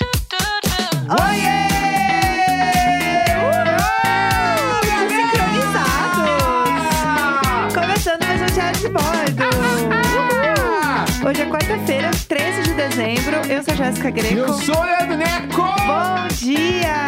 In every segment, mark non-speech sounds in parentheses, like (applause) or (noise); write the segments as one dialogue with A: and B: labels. A: é Estagiário um de Bordo! Hoje é quarta-feira, 13 de dezembro. Eu sou a Jéssica Greco.
B: Eu sou o Leandro é Neco!
A: Bom dia!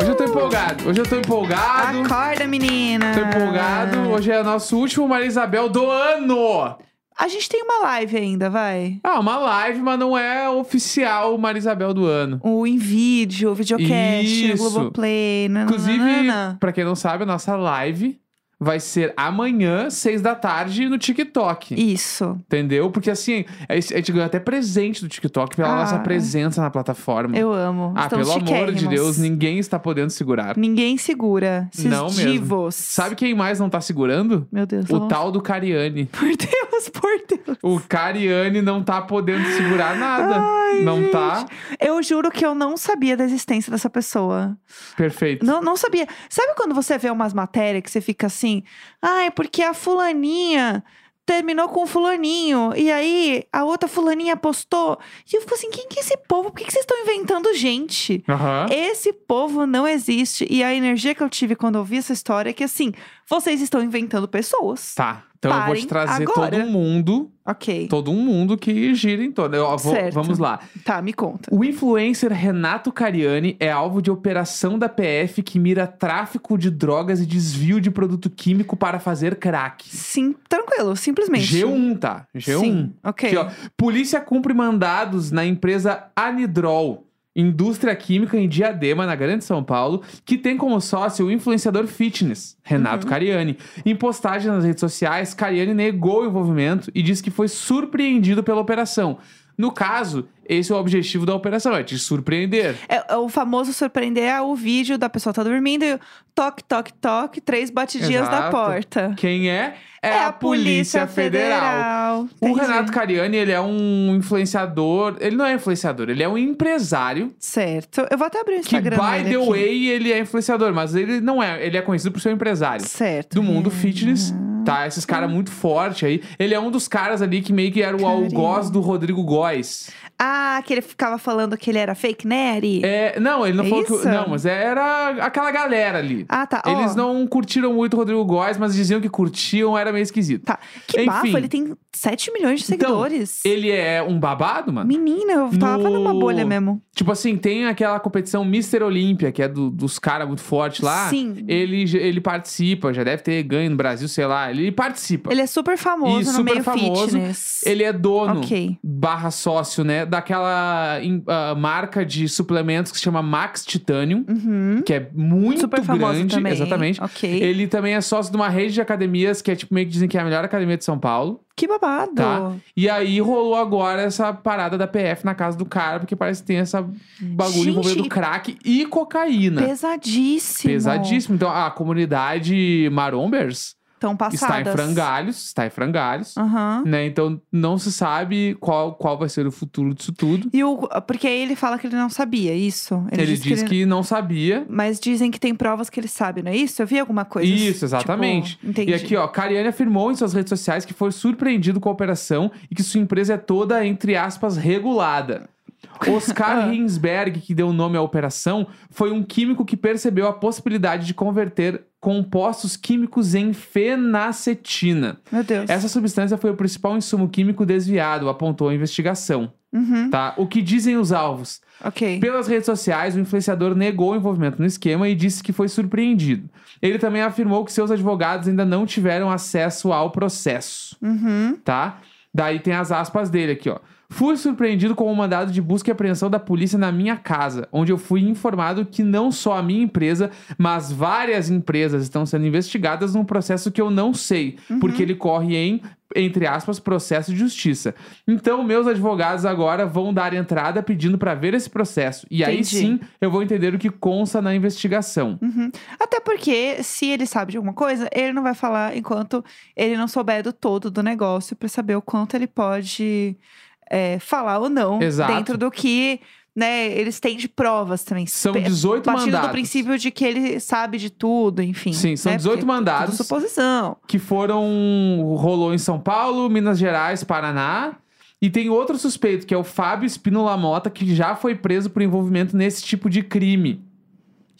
B: Hoje eu tô empolgado, hoje eu tô empolgado.
A: Acorda, menina!
B: Tô empolgado. Hoje é nosso último Maria Isabel do ano!
A: A gente tem uma live ainda, vai.
B: Ah, uma live, mas não é oficial Maria Isabel do ano.
A: O em vídeo, o videocast, o
B: Isso.
A: Globoplay. nananana.
B: Inclusive, pra quem não sabe, a nossa live vai ser amanhã, seis da tarde, no TikTok.
A: Isso.
B: Entendeu? Porque assim, a gente ganhou até presente do TikTok pela
A: Ah.
B: nossa presença na plataforma.
A: Eu amo.
B: ah,
A: Estamos
B: pelo amor de
A: chiquérrimos.
B: Deus, ninguém está podendo segurar.
A: Ninguém segura. Esses
B: Não mesmo.
A: divos.
B: Sabe quem mais não tá segurando?
A: Meu Deus. tá
B: O
A: bom.
B: tal do Cariani.
A: (laughs) Por Deus, por Deus.
B: O Cariani não tá podendo segurar nada. não tá?
A: Eu juro que eu não sabia da existência dessa pessoa.
B: Perfeito.
A: Não, não sabia. Sabe quando você vê umas matérias que você fica assim? Ah, é porque a fulaninha terminou com o fulaninho. E aí a outra fulaninha postou. E eu fico assim, quem que é esse povo? Por que, que vocês estão inventando gente?
B: Aham.
A: Esse povo não existe. E a energia que eu tive quando eu vi essa história é que assim, vocês estão inventando pessoas.
B: Tá. Então eu vou
A: Parem
B: te trazer
A: agora.
B: todo mundo,
A: Ok.
B: todo mundo que gira em torno. Eu vou-
A: Certo.
B: Vamos lá.
A: Tá, me conta.
B: O influencer Renato Cariani é alvo de operação da PF que mira tráfico de drogas e desvio de produto químico para fazer crack.
A: Sim, tranquilo, simplesmente.
B: G1, tá? G1.
A: Sim, ok.
B: Aqui, ó. Polícia cumpre mandados na empresa Anidrol, indústria química em Diadema, na Grande São Paulo, que tem como sócio o influenciador fitness, Renato Cariani. Em postagem nas redes sociais, Cariani negou o envolvimento e disse que foi surpreendido pela operação. No caso, esse é o objetivo da operação, é te surpreender.
A: É, é o famoso surpreender é o vídeo da pessoa tá dormindo e o toque, toque, toque, três batidinhas da
B: Exato.
A: porta.
B: Quem é? É, a Polícia, Federal. O
A: Entendi.
B: Renato Cariani, ele é um influenciador. Ele não é influenciador, ele é um empresário.
A: Certo. Eu vou até abrir o
B: Que,
A: Instagram
B: by
A: dele
B: the
A: aqui.
B: way, ele é influenciador, mas ele não é. Ele é conhecido por ser um empresário.
A: Certo.
B: Do mundo fitness, tá? Esses caras muito forte aí. Ele é um dos caras ali que meio que era o
A: Cariani.
B: algoz do Rodrigo Góes.
A: Ah, que ele ficava falando que ele era fake nerd?
B: É, não, ele não
A: É
B: falou que.
A: isso?
B: Não, mas era aquela galera ali.
A: Ah, tá. ó.
B: Eles não curtiram muito o Rodrigo Góes, mas diziam que curtiam, era meio esquisito.
A: Tá. Que
B: Enfim.
A: bafo, ele tem 7 milhões de
B: Então,
A: seguidores.
B: Ele é um babado, mano?
A: Menina, eu tava
B: No-
A: numa bolha mesmo.
B: Tipo assim, tem aquela competição Mr. Olímpia, que é do- dos caras muito fortes lá.
A: Sim.
B: Ele, j- ele participa, já deve ter ganho no Brasil, sei lá. Ele participa.
A: Ele é super famoso
B: E
A: no
B: super
A: meio
B: famoso.
A: fitness.
B: Ele é dono,
A: Ok.
B: barra sócio, né? Daquela em- ah, marca de suplementos que se chama Max Titanium,
A: Uhum.
B: que é muito
A: Super famoso
B: grande.
A: também.
B: Exatamente.
A: Ok.
B: Ele também é sócio de uma rede de academias que é tipo meio que dizem que é a melhor academia de São Paulo.
A: Que babado.
B: Tá. E aí rolou agora essa parada da PF na casa do cara, porque parece que tem essa bagulho
A: Gente.
B: envolvendo crack e cocaína.
A: Pesadíssimo.
B: Pesadíssimo. Então, a comunidade Marombers
A: Tão passadas.
B: está em frangalhos, está em frangalhos,
A: Aham.
B: né? Então, não se sabe qual, qual vai ser o futuro disso tudo.
A: E o... Porque aí ele fala que ele não sabia isso. Ele,
B: Ele,
A: diz, que, ele-
B: não sabia.
A: Mas dizem que tem provas que ele sabe, não é isso? Eu vi alguma coisa.
B: Isso, exatamente.
A: Tipo, entendi.
B: E aqui, ó, Cariani afirmou em suas redes sociais que foi surpreendido com a operação e que sua empresa é toda, entre
A: (laughs)
B: aspas, regulada.
A: Ah.
B: Oscar Rinsberg, que deu nome à operação, foi um químico que percebeu a possibilidade de converter compostos químicos em fenacetina.
A: Meu Deus.
B: Essa substância foi o principal insumo químico desviado, apontou a investigação,
A: Uhum.
B: tá? O que dizem os alvos?
A: Ok.
B: Pelas redes sociais, o influenciador negou o envolvimento no esquema e disse que foi surpreendido. Ele também afirmou que seus advogados ainda não tiveram acesso ao processo,
A: Uhum.
B: tá? Daí tem as aspas dele aqui, ó. Fui surpreendido com o mandado de busca e apreensão da polícia na minha casa, onde eu fui informado que não só a minha empresa, mas várias empresas estão sendo investigadas num processo que eu não sei,
A: Uhum.
B: porque ele corre em, entre aspas, processo de justiça. Então, meus advogados agora vão dar entrada pedindo pra ver esse processo. E aí
A: Entendi.
B: sim eu vou entender o que consta na investigação.
A: Uhum. Até porque, se ele sabe de alguma coisa, ele não vai falar enquanto ele não souber do todo do negócio pra saber o quanto ele pode é, falar ou não
B: Exato.
A: dentro do que né, eles têm de provas também.
B: São
A: Pe-
B: 18
A: Partindo do
B: mandados.
A: princípio de que ele sabe de tudo, enfim.
B: Sim, são
A: né,
B: 18
A: porque é tudo
B: mandados.
A: suposição.
B: que foram. rolou em São Paulo, Minas Gerais, Paraná. E tem outro suspeito, que é o Fábio Espínola Mota, que já foi preso por envolvimento nesse tipo de crime.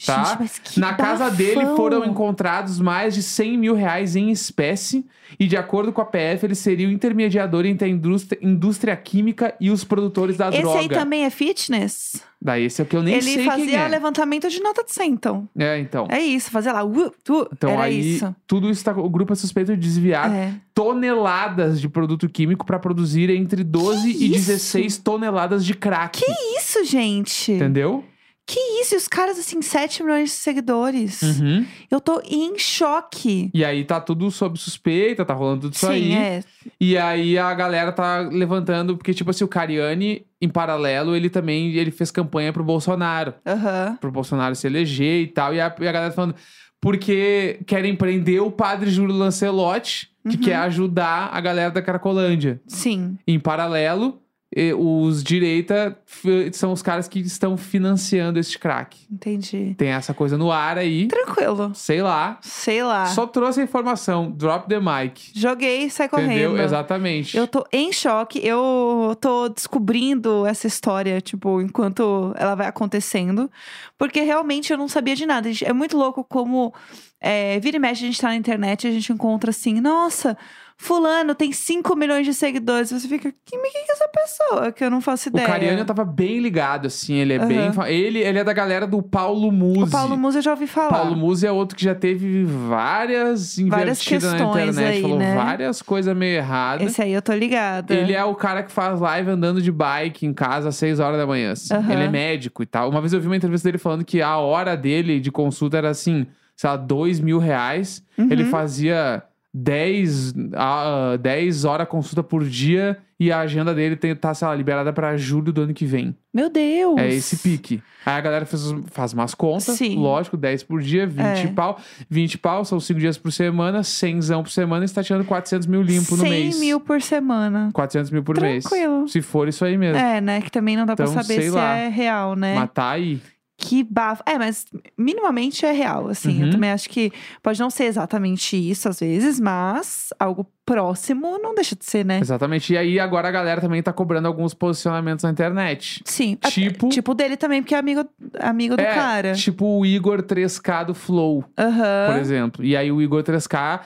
B: tá?
A: Gente, mas que
B: Na casa
A: bafão.
B: dele foram encontrados mais de 100 mil reais em espécie e, de acordo com a PF, ele seria o intermediador entre a indústria, indústria química e os produtores da
A: Esse
B: droga.
A: aí também é fitness?
B: Daí esse é o que eu nem
A: ele
B: sei quem
A: fazia
B: é.
A: levantamento de nota de 100, então.
B: É, então.
A: É isso, fazia lá. uh, tu,
B: Então
A: era
B: aí
A: isso.
B: tudo isso tá, o grupo é suspeito de desviar
A: É.
B: toneladas de produto químico para produzir entre 12
A: Que
B: e
A: isso?
B: 16 toneladas de crack.
A: Isso, gente.
B: Entendeu?
A: Que isso? E os caras, assim, 7 milhões de seguidores.
B: Uhum.
A: Eu tô em choque.
B: E aí tá tudo sob suspeita, tá rolando tudo isso
A: Sim,
B: aí.
A: é.
B: E aí a galera tá levantando, porque, tipo assim, o Cariani, em paralelo, ele também ele fez campanha pro Bolsonaro.
A: Aham.
B: Pro Bolsonaro se eleger e tal. E a, e a galera tá falando, porque querem prender o padre Júlio Lancelotti, que
A: Uhum.
B: quer ajudar a galera da Cracolândia.
A: Sim.
B: Em paralelo, eh, os direita f- são os caras que estão financiando este crack.
A: Entendi.
B: Tem essa coisa no ar aí.
A: Tranquilo.
B: Sei lá.
A: Sei lá.
B: Só trouxe a informação. Drop the mic.
A: Joguei e sai correndo.
B: Entendeu? Exatamente.
A: Eu tô em choque. Eu tô descobrindo essa história, tipo, enquanto ela vai acontecendo. Porque realmente eu não sabia de nada. Gente, É muito louco como é, vira e mexe, a gente tá na internet e a gente encontra assim, nossa, fulano tem 5 milhões de seguidores. Você fica, quem, quem é essa pessoa? Que eu não faço
B: O
A: ideia.
B: Cariani eu tava bem ligado, assim, ele é
A: Aham.
B: bem. fa- Ele, ele é da galera do Paulo Musi.
A: O Paulo tá Musa eu já ouvi falar.
B: Paulo Musi é outro que já teve várias invertidas na
A: questões
B: internet,
A: aí,
B: falou
A: né?
B: várias coisas meio erradas.
A: Esse aí eu tô ligada.
B: Ele é o cara que faz live andando de bike em casa às 6 horas da manhã. assim.
A: Aham.
B: Ele é médico e tal. Uma vez eu vi uma entrevista dele falando que a hora dele de consulta era assim, sei lá, 2 mil reais.
A: Uhum.
B: é- Ele fazia 10, ah, 10 horas consulta por dia e a agenda dele tem, tá, sei lá, liberada pra julho do ano que vem.
A: Meu Deus!
B: É esse pique. Aí a galera fez, faz umas contas,
A: Sim.
B: lógico, 10 por dia, 20
A: É.
B: pau. 20 pau são 5 dias por semana, 100zão por semana, está tirando 400 mil
A: 100
B: limpo no mês.
A: mil por semana.
B: 400 mil por
A: Tranquilo.
B: mês. Se for isso aí mesmo.
A: É, né? Que também não dá
B: Então,
A: pra saber
B: sei
A: se
B: lá.
A: é real, né?
B: Matar aí.
A: Que bafo. É, mas minimamente é real, assim.
B: Uhum.
A: Eu também acho que pode não ser exatamente isso às vezes, mas algo próximo não deixa de ser, né?
B: Exatamente. E aí agora a galera também tá cobrando alguns posicionamentos na internet.
A: Sim. É,
B: Tipo-
A: tipo dele também, porque é amigo, amigo do
B: é,
A: cara.
B: tipo o Igor 3K do Flow, por
A: Aham.
B: exemplo. E aí o Igor 3K,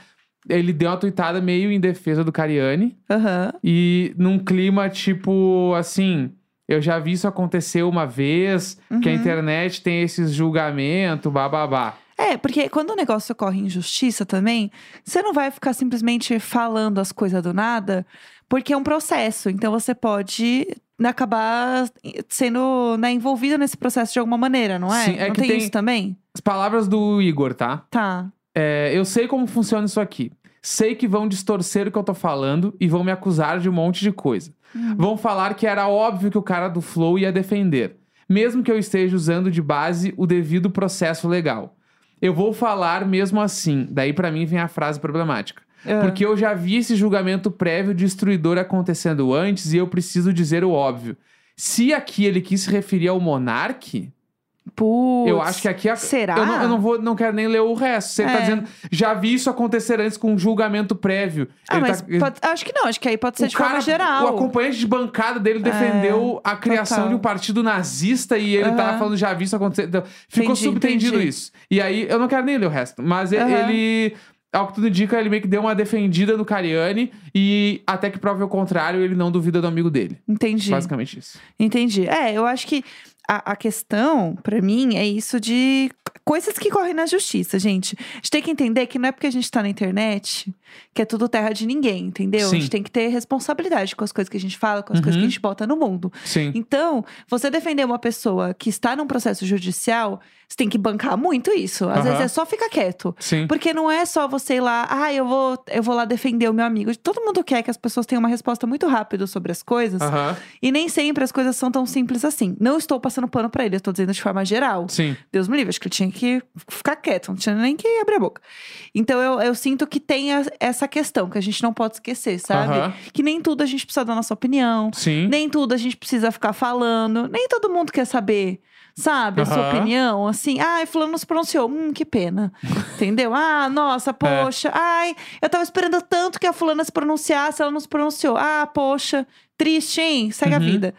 B: ele deu uma tuitada meio em defesa do Cariani.
A: Aham.
B: E num clima tipo assim, eu já vi isso acontecer uma vez, que a
A: Uhum.
B: internet tem esses julgamentos, bababá.
A: É, porque quando o negócio ocorre injustiça também, você não vai ficar simplesmente falando as coisas do nada, porque é um processo. Então você pode né, acabar sendo né, envolvido nesse processo de alguma maneira, não é?
B: Sim, é
A: não
B: que
A: tem,
B: tem-
A: isso também?
B: As palavras do Igor, tá?
A: Tá.
B: É, eu sei como funciona isso aqui. Sei que vão distorcer o que eu tô falando e vão me acusar de um monte de coisa.
A: Hum.
B: Vão falar que era óbvio que o cara do Flow ia defender, mesmo que eu esteja usando de base o devido processo legal. Eu vou falar mesmo assim. Daí pra mim vem a frase problemática.
A: Ah.
B: Porque eu já vi esse julgamento prévio destruidor acontecendo antes e eu preciso dizer o óbvio. Se aqui ele quis se referir ao monarque,
A: Putz.
B: eu acho que aqui a...
A: Será?
B: Eu não, eu não vou, não quero nem ler o resto. Você tá
A: É.
B: dizendo, já vi isso acontecer antes com um julgamento prévio.
A: Ah,
B: Ele
A: mas
B: tá-
A: pode- acho que não, acho que aí pode ser
B: o
A: de
B: cara,
A: forma geral. É,
B: o acompanhante de bancada dele defendeu a criação
A: total.
B: de um partido nazista e ele
A: Aham.
B: tava falando, já vi isso acontecer. Então, ficou
A: Entendi,
B: subtendido
A: entendi.
B: isso. E aí, eu não quero nem ler o resto, mas e-
A: Aham.
B: ele. Ao que tudo indica, ele meio que deu uma defendida no Cariani e até que prove o contrário, ele não duvida do amigo dele.
A: Entendi.
B: Basicamente isso.
A: Entendi. É, eu acho que a, a questão, pra mim, é isso de coisas que correm na justiça, gente. A gente tem que entender que não é porque a gente tá na internet que é tudo terra de ninguém, entendeu?
B: Sim.
A: A gente tem que ter responsabilidade com as coisas que a gente fala, com as
B: Uhum.
A: coisas que a gente bota no mundo.
B: Sim.
A: Então, você defender uma pessoa que está num processo judicial, você tem que bancar muito isso. Às
B: Aham.
A: vezes é só ficar quieto.
B: Sim.
A: Porque não é só você ir lá, ah, eu vou, eu vou lá defender o meu amigo. Todo mundo quer que as pessoas tenham uma resposta muito rápida sobre as coisas.
B: Aham.
A: E nem sempre as coisas são tão simples assim. Não estou passando pano pra ele, eu tô dizendo de forma geral.
B: Sim.
A: Deus me livre, acho que ele tinha que ficar quieto, não tinha nem que abrir a boca. Então eu, eu sinto que tem a- essa questão que a gente não pode esquecer, sabe?
B: Aham.
A: Que nem tudo a gente precisa da nossa opinião,
B: Sim.
A: nem tudo a gente precisa ficar falando, nem todo mundo quer saber, sabe, a sua
B: Aham.
A: opinião, assim, ai, fulano não se pronunciou, hum, que pena, entendeu? (laughs) Ah,
B: É.
A: nossa, poxa, ai, eu tava esperando tanto que a fulana se pronunciasse, ela não se pronunciou, ah, poxa, triste, hein, segue a
B: Uhum.
A: vida.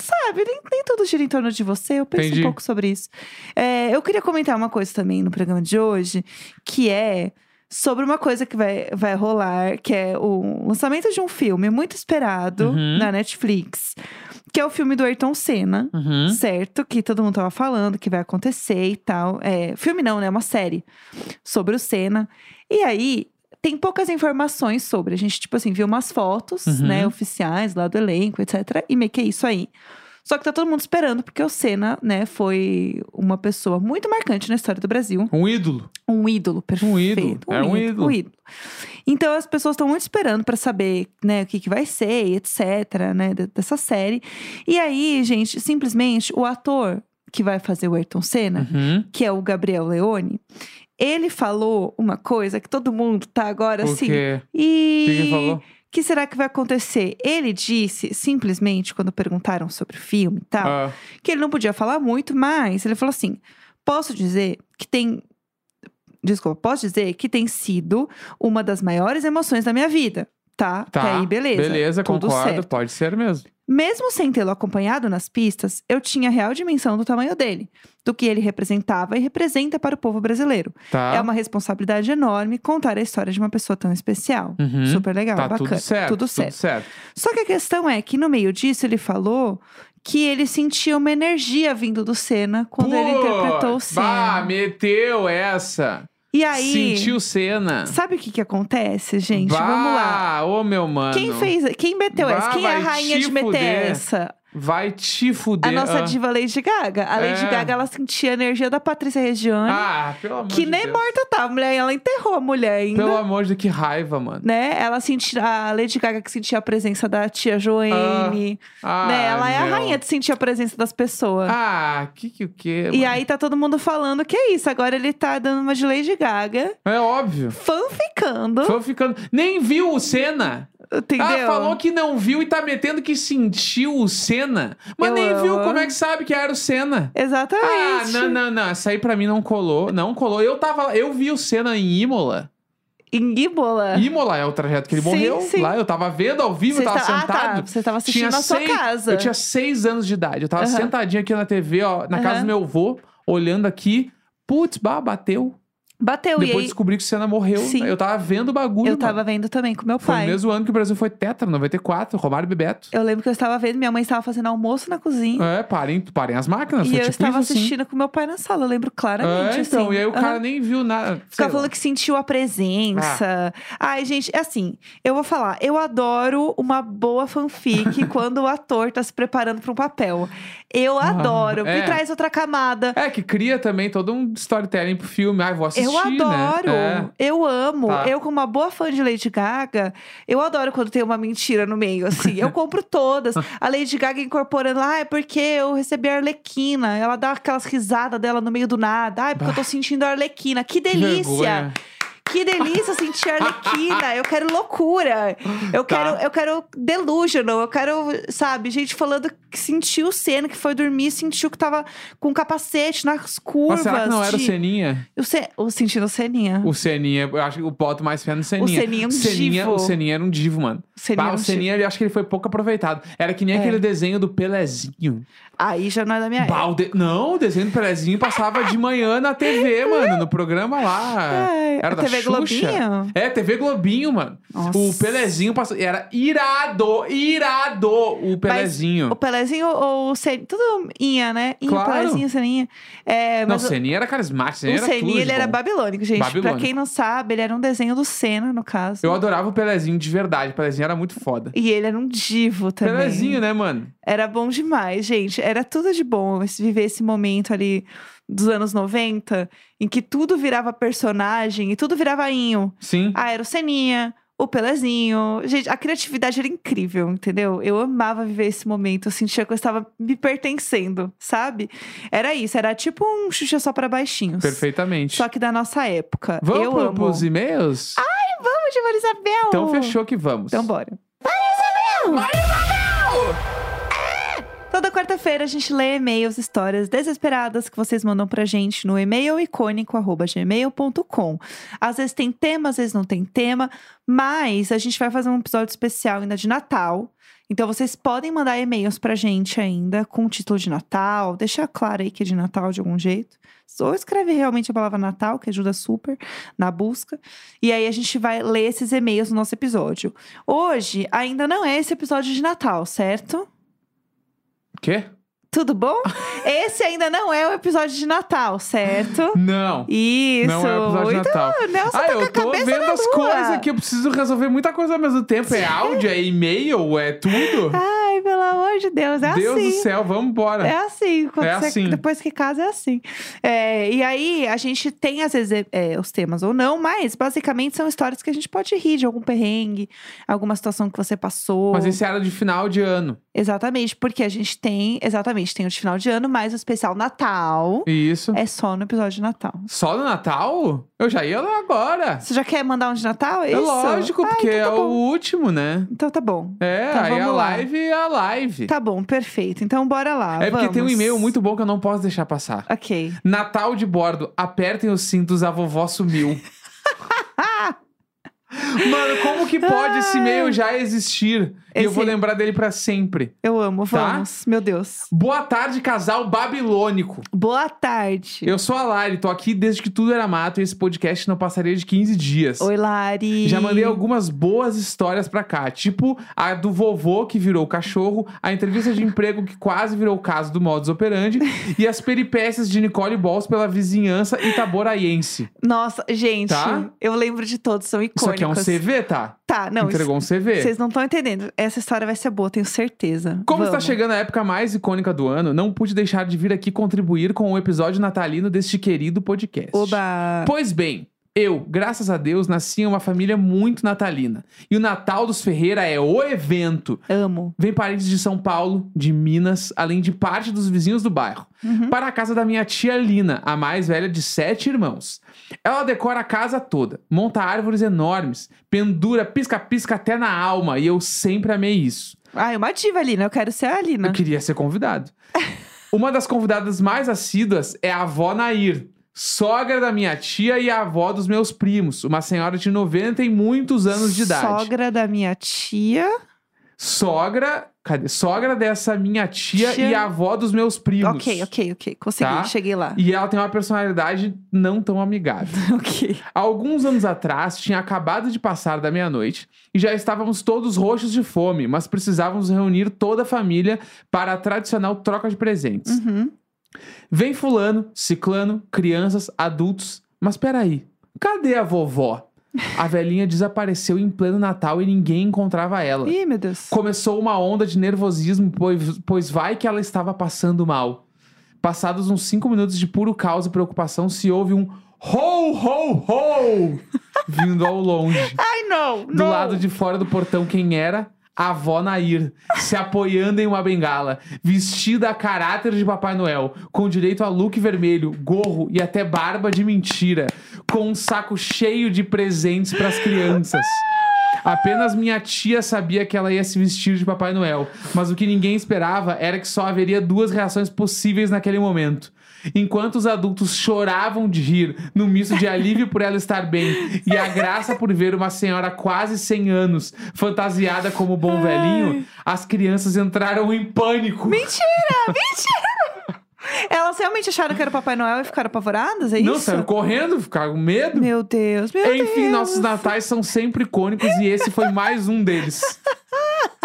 A: Sabe, nem, nem tudo gira em torno de você. Eu penso
B: Entendi.
A: um pouco sobre isso. É, eu queria comentar uma coisa também no programa de hoje, que é sobre uma coisa que vai, vai rolar, que é o lançamento de um filme muito esperado
B: Uhum.
A: na Netflix, que é o filme do Ayrton Senna.
B: Uhum.
A: Certo, que todo mundo tava falando que vai acontecer e tal. É, filme não, né? Uma série sobre o Senna. E aí, tem poucas informações sobre. A gente, tipo assim, viu umas fotos,
B: Uhum.
A: né? Oficiais lá do elenco, etc. E meio que é isso aí. Só que tá todo mundo esperando, porque o Senna, né, foi uma pessoa muito marcante na história do Brasil.
B: Um ídolo.
A: Um ídolo, perfeito.
B: ídolo, é um ídolo.
A: Então as pessoas estão muito esperando pra saber, né, o que, que vai ser, e etc, né, de- dessa série. E aí, gente, simplesmente o ator que vai fazer o Ayrton Senna,
B: Uhum.
A: que é o Gabriel Leone, ele falou uma coisa que todo mundo tá agora
B: O
A: assim.
B: quê? O
A: E
B: que ele falou?
A: que será que vai acontecer? Ele disse, simplesmente, quando perguntaram sobre o filme e tal,
B: Ah,
A: que ele não podia falar muito, mas ele falou assim: posso dizer que tem. Desculpa, posso dizer que tem sido uma das maiores emoções da minha vida. Tá?
B: tá.
A: Até aí, beleza.
B: Beleza,
A: tudo
B: concordo.
A: certo.
B: Pode ser mesmo.
A: Mesmo sem tê-lo acompanhado nas pistas, eu tinha real dimensão do tamanho dele, do que ele representava e representa para o povo brasileiro.
B: Tá.
A: É uma responsabilidade enorme contar a história de uma pessoa tão especial.
B: Uhum.
A: Super legal,
B: Tá
A: bacana.
B: tudo certo.
A: tudo certo.
B: Tudo certo.
A: Só que a questão é que no meio disso ele falou que ele sentia uma energia vindo do Senna quando ele
B: Putz,
A: interpretou o
B: Bah,
A: Senna.
B: meteu essa.
A: e aí,
B: Sentiu cena.
A: sabe o que que acontece, gente?
B: bah,
A: Vamos lá.
B: ô meu mano.
A: Quem fez, quem meteu
B: Bah,
A: essa? Quem é a
B: vai
A: rainha
B: te
A: de meter
B: fuder.
A: essa?
B: Vai te fuder.
A: A nossa
B: ah.
A: diva Lady Gaga. A Lady
B: É.
A: Gaga, ela sentia a energia da Patrícia Regiane,
B: Ah, pelo amor
A: que
B: de
A: nem
B: Deus.
A: morta tá. A mulher, ela enterrou a mulher ainda.
B: Pelo amor de Deus, que raiva, mano.
A: Né? Ela sentia, a Lady Gaga que sentia a presença da tia Joanne.
B: Ah,
A: né? Ela é
B: meu.
A: a rainha de sentir a presença das pessoas.
B: Ah, que que o que?
A: E aí tá todo mundo falando que é isso. Agora ele tá dando uma de Lady Gaga,
B: É óbvio.
A: fanficando,
B: Foi ficando. Nem viu o Senna.
A: entendeu?
B: Ah, falou que não viu e tá metendo que sentiu o Senna. Mas
A: Eu
B: nem
A: amo. É
B: viu como é que sabe que era o Senna. Ah,
A: Exatamente.
B: não, não, não. Essa aí pra mim não colou. Não colou. Eu tava lá- Eu vi o Senna em Imola.
A: Em Guíbola.
B: Imola é o trajeto que ele
A: Ah. Sim,
B: morreu.
A: sim.
B: Lá eu tava vendo ao vivo,
A: Você
B: eu tava
A: está- Ah, tá.
B: sentado.
A: Você tava assistindo na sua
B: seis-
A: casa.
B: Eu tinha seis anos de idade. Eu tava
A: Aham.
B: sentadinho aqui na TV, ó, na casa
A: Aham.
B: do meu avô, olhando aqui. Putz, bah, bateu.
A: Bateu,
B: Depois
A: e aí
B: descobri que o Senna morreu.
A: Sim.
B: Eu tava vendo o bagulho.
A: eu
B: mano.
A: tava vendo também com meu
B: Foi
A: pai.
B: no mesmo ano que o Brasil foi tetra, 94, Romário e Bebeto.
A: Eu lembro que eu estava vendo, minha mãe estava fazendo almoço na cozinha.
B: É, parem, parem as máquinas.
A: e
B: foi
A: eu
B: tipo
A: estava
B: isso, assim.
A: assistindo com meu pai na sala, eu lembro claramente.
B: É, então,
A: assim.
B: e aí o
A: Aham.
B: cara nem viu nada. sei
A: Ficava
B: lá. Ah.
A: falando que sentiu a presença. Ai, gente, assim, eu vou falar, eu adoro uma boa
B: (laughs)
A: fanfic quando o ator tá se preparando pra um papel. Eu
B: Ah,
A: adoro,
B: é.
A: me traz outra camada.
B: É, que cria também todo um storytelling pro filme. Ah, vou assistir,
A: Eu adoro,
B: né?
A: eu amo.
B: Tá.
A: Eu, como uma boa fã de Lady Gaga, eu adoro quando tem uma mentira no meio, assim. Eu compro
B: (laughs)
A: todas. A Lady Gaga incorporando, ah, é porque eu recebi a Arlequina. Ela dá aquelas risadas dela no meio do nada. Ah, é porque eu tô sentindo a Arlequina. Que
B: É.
A: delícia!
B: Vergonha.
A: Que delícia sentir Arlequina. Eu quero loucura. Eu
B: Tá.
A: quero, eu quero delusional. Eu quero, sabe, gente falando que sentiu o Senna, que foi dormir, sentiu que tava com um capacete nas curvas.
B: Mas será que não era o
A: de-
B: Seninha?
A: o Sen- o sentindo o Seninha.
B: O Seninha, eu acho que eu boto mais fé no Seninha.
A: Seninha é um
B: Seninha,
A: divo.
B: O Seninha era um divo, mano.
A: O Seninha
B: Bah,
A: não
B: o Seninha, eu acho que ele foi pouco aproveitado. Era que nem
A: É.
B: aquele desenho do Pelezinho.
A: tinha. Aí já não é da minha
B: Bah, o de- Não, o desenho do Pelezinho passava de manhã na TV, mano, no programa lá.
A: Ai, É,
B: Era
A: a
B: da
A: TV
B: Xuxa?
A: Globinho?
B: É, TV Globinho, mano.
A: Nossa.
B: O Pelezinho passou. Era irado, irado o Pelezinho.
A: O Pelezinho ou o Seninha. Tudo Inha, né? Inha,
B: Claro.
A: Pelezinho, Seninha. É,
B: Não, o
A: mas o-
B: Seninha era carismático, Seninha
A: o
B: era tudo
A: Seninha,
B: de
A: ele era
B: bom.
A: babilônico, gente.
B: Babilônico.
A: Pra quem não sabe, ele era um desenho do Senna, no caso.
B: Eu adorava o Pelezinho de verdade, o Pelezinho era muito foda.
A: E ele era um divo também.
B: Pelezinho, né, mano?
A: Era bom demais, gente. Era tudo de bom esse- viver esse momento ali dos anos 90, em que tudo virava personagem e tudo virava inho.
B: Sim.
A: Ah, era o Seninha, o Pelezinho. Gente, a criatividade era incrível, entendeu? Eu amava viver esse momento. Eu sentia que eu estava me pertencendo, sabe? Era isso, era tipo um Xuxa só para baixinhos.
B: Perfeitamente.
A: Só que da nossa época.
B: Vamos
A: eu
B: pro-
A: amo.
B: pros e-mails?
A: Vamos de Maria Isabel!
B: então fechou que vamos.
A: Então bora. Maria Isabel! Maria Isabel! Tá Toda quarta-feira a gente lê e-mails, histórias desesperadas que vocês mandam pra gente no e-mail icônico.gmail.com. Às vezes tem tema, às vezes não tem tema, mas a gente vai fazer um episódio especial ainda de Natal. Então vocês podem mandar e-mails pra gente ainda com o título de Natal, deixar claro aí que é de Natal de algum jeito. Ou escreve realmente a palavra Natal, que ajuda super na busca. E aí a gente vai ler esses e-mails no nosso episódio. Hoje ainda não é esse episódio de Natal, certo?
B: Quê?
A: Tudo
B: (laughs)
A: bom? Esse ainda não é o episódio de Natal, certo?
B: Não.
A: Isso.
B: Não é o episódio de
A: então,
B: Natal.
A: o Nelson
B: Ah,
A: tá com a
B: eu tô
A: cabeça
B: vendo
A: na
B: as
A: lua.
B: coisas aqui. Eu preciso resolver muita coisa ao mesmo tempo. É áudio, é e-mail, é tudo.
A: Ai, pelo amor de Deus, é
B: Deus
A: assim.
B: do céu, vamos embora.
A: Ah, É assim, quando
B: É
A: você-
B: assim.
A: depois que casa é assim. É, e aí, a gente tem às vezes é, os temas ou não, mas basicamente são histórias que a gente pode rir de algum perrengue, alguma situação que você passou.
B: Mas esse era de final de ano.
A: Exatamente, porque a gente tem, exatamente, tem o de final de ano, mas o especial Natal
B: Isso.
A: é só no episódio de Natal.
B: Só no Natal? Eu já ia lá agora.
A: Você já quer mandar um de Natal?
B: É
A: Isso?
B: lógico,
A: Ah,
B: porque
A: então tá
B: é o
A: bom.
B: último, né?
A: Então tá bom.
B: É,
A: Então
B: aí a
A: vamos lá.
B: live é a live.
A: Tá bom, perfeito. Então bora lá.
B: é porque tem um
A: vamos.
B: e-mail muito bom que eu não posso deixar passar.
A: Ok.
B: Natal de bordo, apertem os cintos, a vovó
A: (laughs)
B: sumiu. Mano, como que pode esse e-mail já existir? E eu
A: Esse-
B: vou lembrar dele pra sempre.
A: Eu amo,
B: Tá?
A: vamos. Meu Deus.
B: Boa tarde, casal babilônico.
A: Boa tarde.
B: Eu sou a Lari, tô aqui desde que tudo era mato e esse podcast não passaria de 15 dias.
A: Oi, Lari.
B: Já mandei algumas boas histórias pra cá, tipo a do vovô que virou cachorro, a entrevista de emprego que quase virou o caso do modus
A: (laughs)
B: operandi e as peripécias de Nicole Balls pela vizinhança itaboraiense.
A: Nossa, gente,
B: Tá?
A: eu lembro de todos, são icônicos.
B: Isso aqui é um CV, tá?
A: Tá, não, isso-
B: Entregou um CV.
A: vocês não estão entendendo. Essa história vai ser boa, tenho certeza.
B: Como
A: Vamos.
B: está chegando a época mais icônica do ano, não pude deixar de vir aqui contribuir com o episódio natalino deste querido podcast.
A: Oba!
B: Pois bem, eu, graças a Deus, nasci em uma família muito natalina. E o Natal dos Ferreira é o evento.
A: Amo.
B: Vem parentes de São Paulo, de Minas, além de parte dos vizinhos do bairro.
A: Uhum.
B: Para a casa da minha tia Lina, a mais velha de sete irmãos. Ela decora a casa toda, monta árvores enormes, pendura pisca-pisca até na alma, e eu sempre amei isso.
A: Ai, uma diva, Lina. Eu quero ser a Lina.
B: Eu queria ser convidado. Uma das convidadas mais assíduas é a avó Nair, sogra da minha tia e a avó dos meus primos, uma senhora de 90 e muitos anos de idade.
A: Sogra da minha tia.
B: Sogra, cadê? Sogra dessa minha tia,
A: Tia-
B: e avó dos meus primos.
A: Ok, ok, ok. Consegui,
B: Tá?
A: cheguei lá.
B: E ela tem uma personalidade não tão amigável.
A: (laughs) Ok.
B: Alguns anos atrás, tinha acabado de passar da meia-noite e já estávamos todos roxos de fome, mas precisávamos reunir toda a família para a tradicional troca de presentes.
A: Uhum.
B: Vem fulano, ciclano, crianças, adultos. Mas peraí, cadê a vovó? A velhinha desapareceu em pleno Natal e ninguém encontrava ela.
A: Ih, meu Deus.
B: Começou uma onda de nervosismo, pois, pois vai que ela estava passando mal. Passados uns cinco minutos de puro caos e preocupação, se houve um ho, ho, ho vindo ao longe.
A: Ai, não!
B: Do lado de fora do portão, quem era? A avó Nair, se apoiando em uma bengala, vestida a caráter de Papai Noel, com direito a look vermelho, gorro e até barba de mentira, com um saco cheio de presentes para as crianças. Apenas minha tia sabia que ela ia se vestir de Papai Noel, mas o que ninguém esperava era que só haveria duas reações possíveis naquele momento. Enquanto os adultos choravam de rir, no misto de alívio por ela estar bem e a graça por ver uma senhora quase 100 anos fantasiada como bom velhinho, as crianças entraram em pânico. (laughs)
A: Mentira! mentira! Elas realmente acharam que era o Papai Noel e ficaram apavoradas? É
B: Não,
A: isso?
B: saíram correndo, ficaram com medo.
A: Meu Deus, meu Deus.
B: Enfim, nossos natais são sempre icônicos e esse foi mais um deles.
A: (laughs)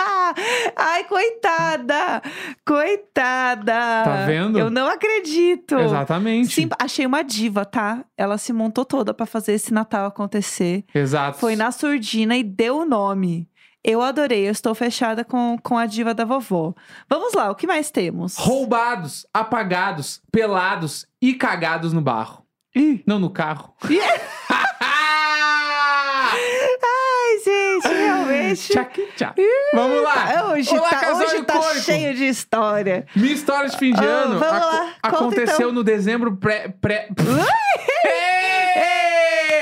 A: Ah, ai, coitada! Coitada!
B: Tá vendo?
A: Eu não acredito!
B: Exatamente.
A: Sim, achei uma diva, tá? Ela se montou toda pra fazer esse Natal acontecer.
B: Exato.
A: Foi na surdina e deu o nome. Eu adorei, eu estou fechada com, com a diva da vovó. Vamos lá, o que mais temos?
B: Roubados, apagados, pelados e cagados no barro.
A: Ih.
B: Não, no carro.
A: Ai, gente, (laughs) realmente.
B: Tchac, tchac. Vamos lá.
A: Hoje
B: Olá,
A: tá,
B: casal
A: hoje tá
B: icônico.
A: cheio de história.
B: Minha história de fim de
A: Oh,
B: ano
A: vamos
B: aco-
A: lá, conta
B: aconteceu
A: então.
B: no dezembro pré... pré... Ei!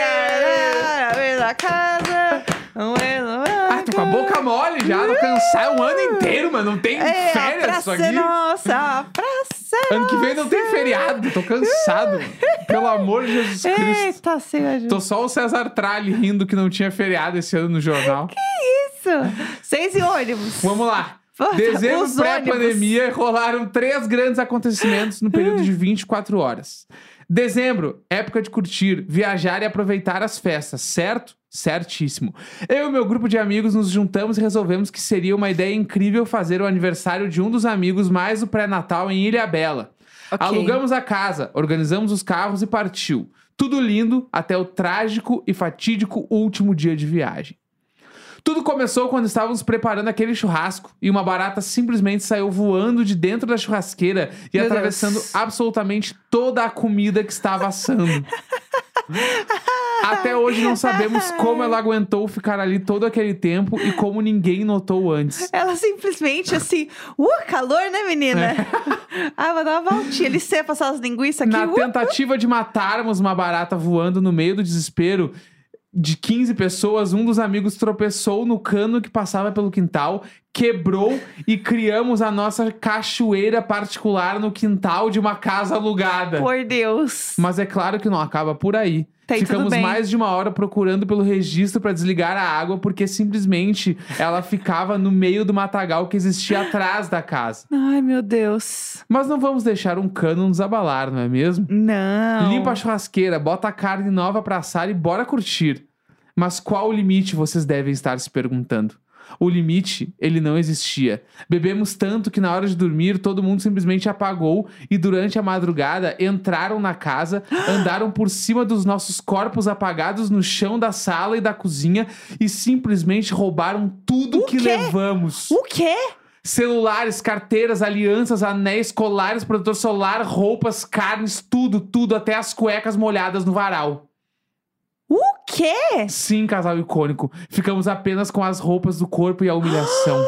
A: Era a casa. um era-
B: Ah, tô com a boca mole já, não cansar um ano inteiro, mano. Não tem
A: É, a
B: férias isso
A: praça
B: aqui.
A: é nossa, a praça é
B: Ano que vem não tem feriado, tô cansado. Pelo amor de Jesus Cristo.
A: Eita, Senhor
B: Tô só o César Tralli rindo que não tinha feriado esse ano no jornal.
A: Jesus. Seis e ônibus.
B: Vamos lá.
A: (laughs) Vamos-
B: Dezembro
A: os
B: pré-pandemia rolaram três grandes acontecimentos no período de 24 horas. Dezembro, época de curtir, viajar e aproveitar as festas, certo? Certíssimo. Eu e meu grupo de amigos nos juntamos e resolvemos que seria uma ideia incrível fazer o aniversário de um dos amigos mais o pré-natal em Ilha Bela.
A: Ok.
B: Alugamos a casa, organizamos os carros e partiu. Tudo lindo até o trágico e fatídico último dia de viagem. Tudo começou quando estávamos preparando aquele churrasco e uma barata simplesmente saiu voando de dentro da churrasqueira e
A: Meu
B: atravessando
A: Deus.
B: absolutamente toda a comida que estava
A: (laughs)
B: assando. Até hoje não sabemos como ela aguentou ficar ali todo aquele tempo e como ninguém notou antes.
A: Ela simplesmente assim, uh, calor, né,
B: É.
A: menina? (laughs) ah, vou dar uma voltinha. Ele ia passar as linguiças aqui.
B: Na
A: uh.
B: tentativa de matarmos uma barata voando no meio do desespero de 15 pessoas, um dos amigos tropeçou no cano que passava pelo quintal, quebrou e criamos a nossa cachoeira particular no quintal de uma casa alugada.
A: Por Deus.
B: Mas é claro que não acaba por aí.
A: Tem Tá tudo
B: Ficamos
A: bem.
B: mais de uma hora procurando pelo registro para desligar a água, porque simplesmente ela ficava no meio do matagal que existia atrás da casa.
A: Ai, meu Deus.
B: Mas não vamos deixar um cano nos abalar, não é mesmo?
A: Não.
B: Limpa a churrasqueira, bota a carne nova pra assar e bora curtir. Mas qual o limite, vocês devem estar se perguntando. O limite, ele não existia. Bebemos tanto que na hora de dormir, todo mundo simplesmente apagou e durante a madrugada entraram
A: (gasps)
B: na casa, andaram por cima dos nossos corpos apagados no chão da sala e da cozinha e simplesmente roubaram tudo
A: O
B: que
A: quê?
B: levamos.
A: O quê?
B: Celulares, carteiras, alianças, anéis, colares, protetor solar, roupas, carnes, tudo, tudo, até as cuecas molhadas no varal.
A: O quê?
B: Sim, casal icônico. Ficamos apenas com as roupas do corpo e
A: (gasps)
B: a humilhação.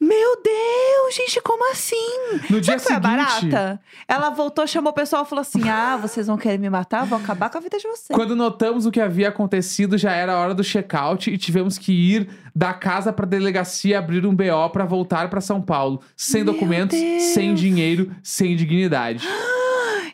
A: Meu Deus, gente, como assim?
B: No dia
A: Sabe qual é a
B: seguinte.
A: barata? Ela voltou, chamou o pessoal e falou assim: Ah, vocês vão querer me matar? Eu Vou acabar com a vida de vocês.
B: Quando notamos o que havia acontecido, já era a hora do check-out e tivemos que ir da casa pra delegacia abrir um BO pra voltar pra São Paulo. Sem
A: Meu
B: documentos,
A: Deus.
B: sem dinheiro, sem dignidade.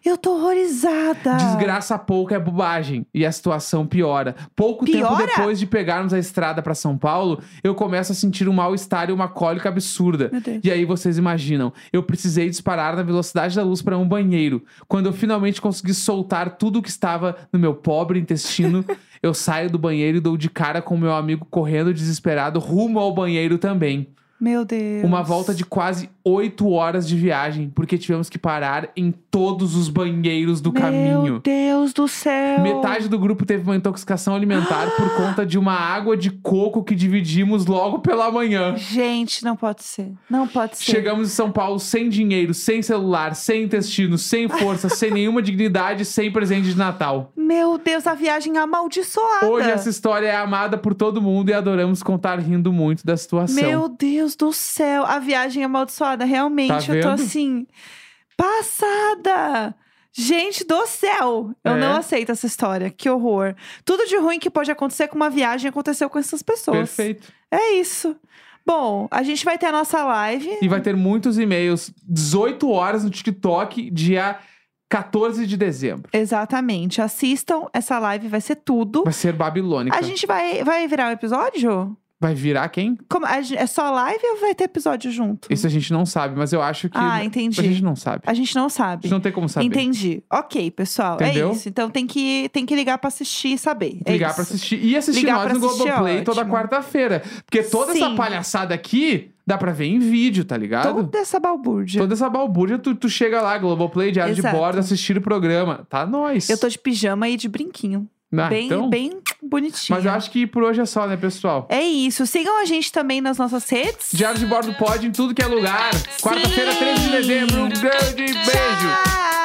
A: Eu tô horrorizada.
B: Desgraça pouca é bobagem e a situação piora. Pouco tempo
A: Piora?
B: depois de pegarmos a estrada pra São Paulo, eu começo a sentir um mal-estar e uma cólica absurda.
A: Meu Deus.
B: E aí vocês imaginam, eu precisei disparar na velocidade da luz pra um banheiro. Quando eu finalmente consegui soltar tudo que estava no meu
A: (laughs)
B: pobre intestino, eu saio do banheiro e dou de cara com meu amigo correndo desesperado rumo ao banheiro também.
A: Meu Deus.
B: Uma volta de quase oito horas de viagem, porque tivemos que parar em todos os banheiros do
A: Meu
B: caminho.
A: Deus do céu.
B: Metade do grupo teve uma intoxicação alimentar por
A: (gasps)
B: conta de uma água de coco que dividimos logo pela manhã.
A: Gente, não pode ser. Não pode ser.
B: Chegamos em São Paulo sem dinheiro, sem celular, sem
A: (laughs)
B: intestino, sem força, sem nenhuma dignidade, sem presente de Natal.
A: Meu Deus, a viagem amaldiçoada.
B: Hoje essa história é amada por todo mundo e adoramos contar rindo muito da situação.
A: Meu Deus do céu, a viagem é amaldiçoada, realmente.
B: Tá
A: eu tô
B: vendo?
A: assim. Passada! Gente do céu! Eu
B: É.
A: não aceito essa história. Que horror. Tudo de ruim que pode acontecer com uma viagem aconteceu com essas pessoas.
B: Perfeito.
A: É isso. Bom, a gente vai ter a nossa live.
B: E vai ter muitos e-mails. 18 horas no TikTok, dia 14 de dezembro.
A: Exatamente. Assistam essa live, vai ser tudo.
B: Vai ser babilônica.
A: A gente vai, vai virar um episódio?
B: Vai virar quem?
A: Como- a gen- é só live ou vai ter episódio junto?
B: Isso a gente não sabe, mas eu acho que
A: Ah,
B: a
A: entendi.
B: gente não sabe.
A: A gente não
B: A
A: sabe.
B: gente não tem como saber.
A: Entendi. Ok, pessoal.
B: Entendeu?
A: É isso. Então tem que, tem que ligar pra assistir e saber. É
B: Ligar
A: isso.
B: pra assistir. E assistir
A: Ligar
B: nós
A: pra
B: no
A: assistir é
B: Globoplay toda
A: ótimo.
B: quarta-feira. Porque toda essa
A: Sim.
B: palhaçada aqui dá pra ver em vídeo, tá ligado?
A: Toda essa balbúrdia.
B: Toda essa balbúrdia, tu, tu chega lá, Globoplay, diário
A: Exato.
B: de bordo, assistir o programa. Tá nós.
A: Eu tô de pijama e de brinquinho.
B: Ah,
A: bem,
B: então...
A: bem bonitinho.
B: Mas eu acho que por hoje é só, né, pessoal?
A: É isso. Sigam a gente também nas nossas redes.
B: Diário de bordo pode em tudo que é lugar. Quarta-feira, 13 de dezembro. Um grande beijo.
A: Tchau!
B: É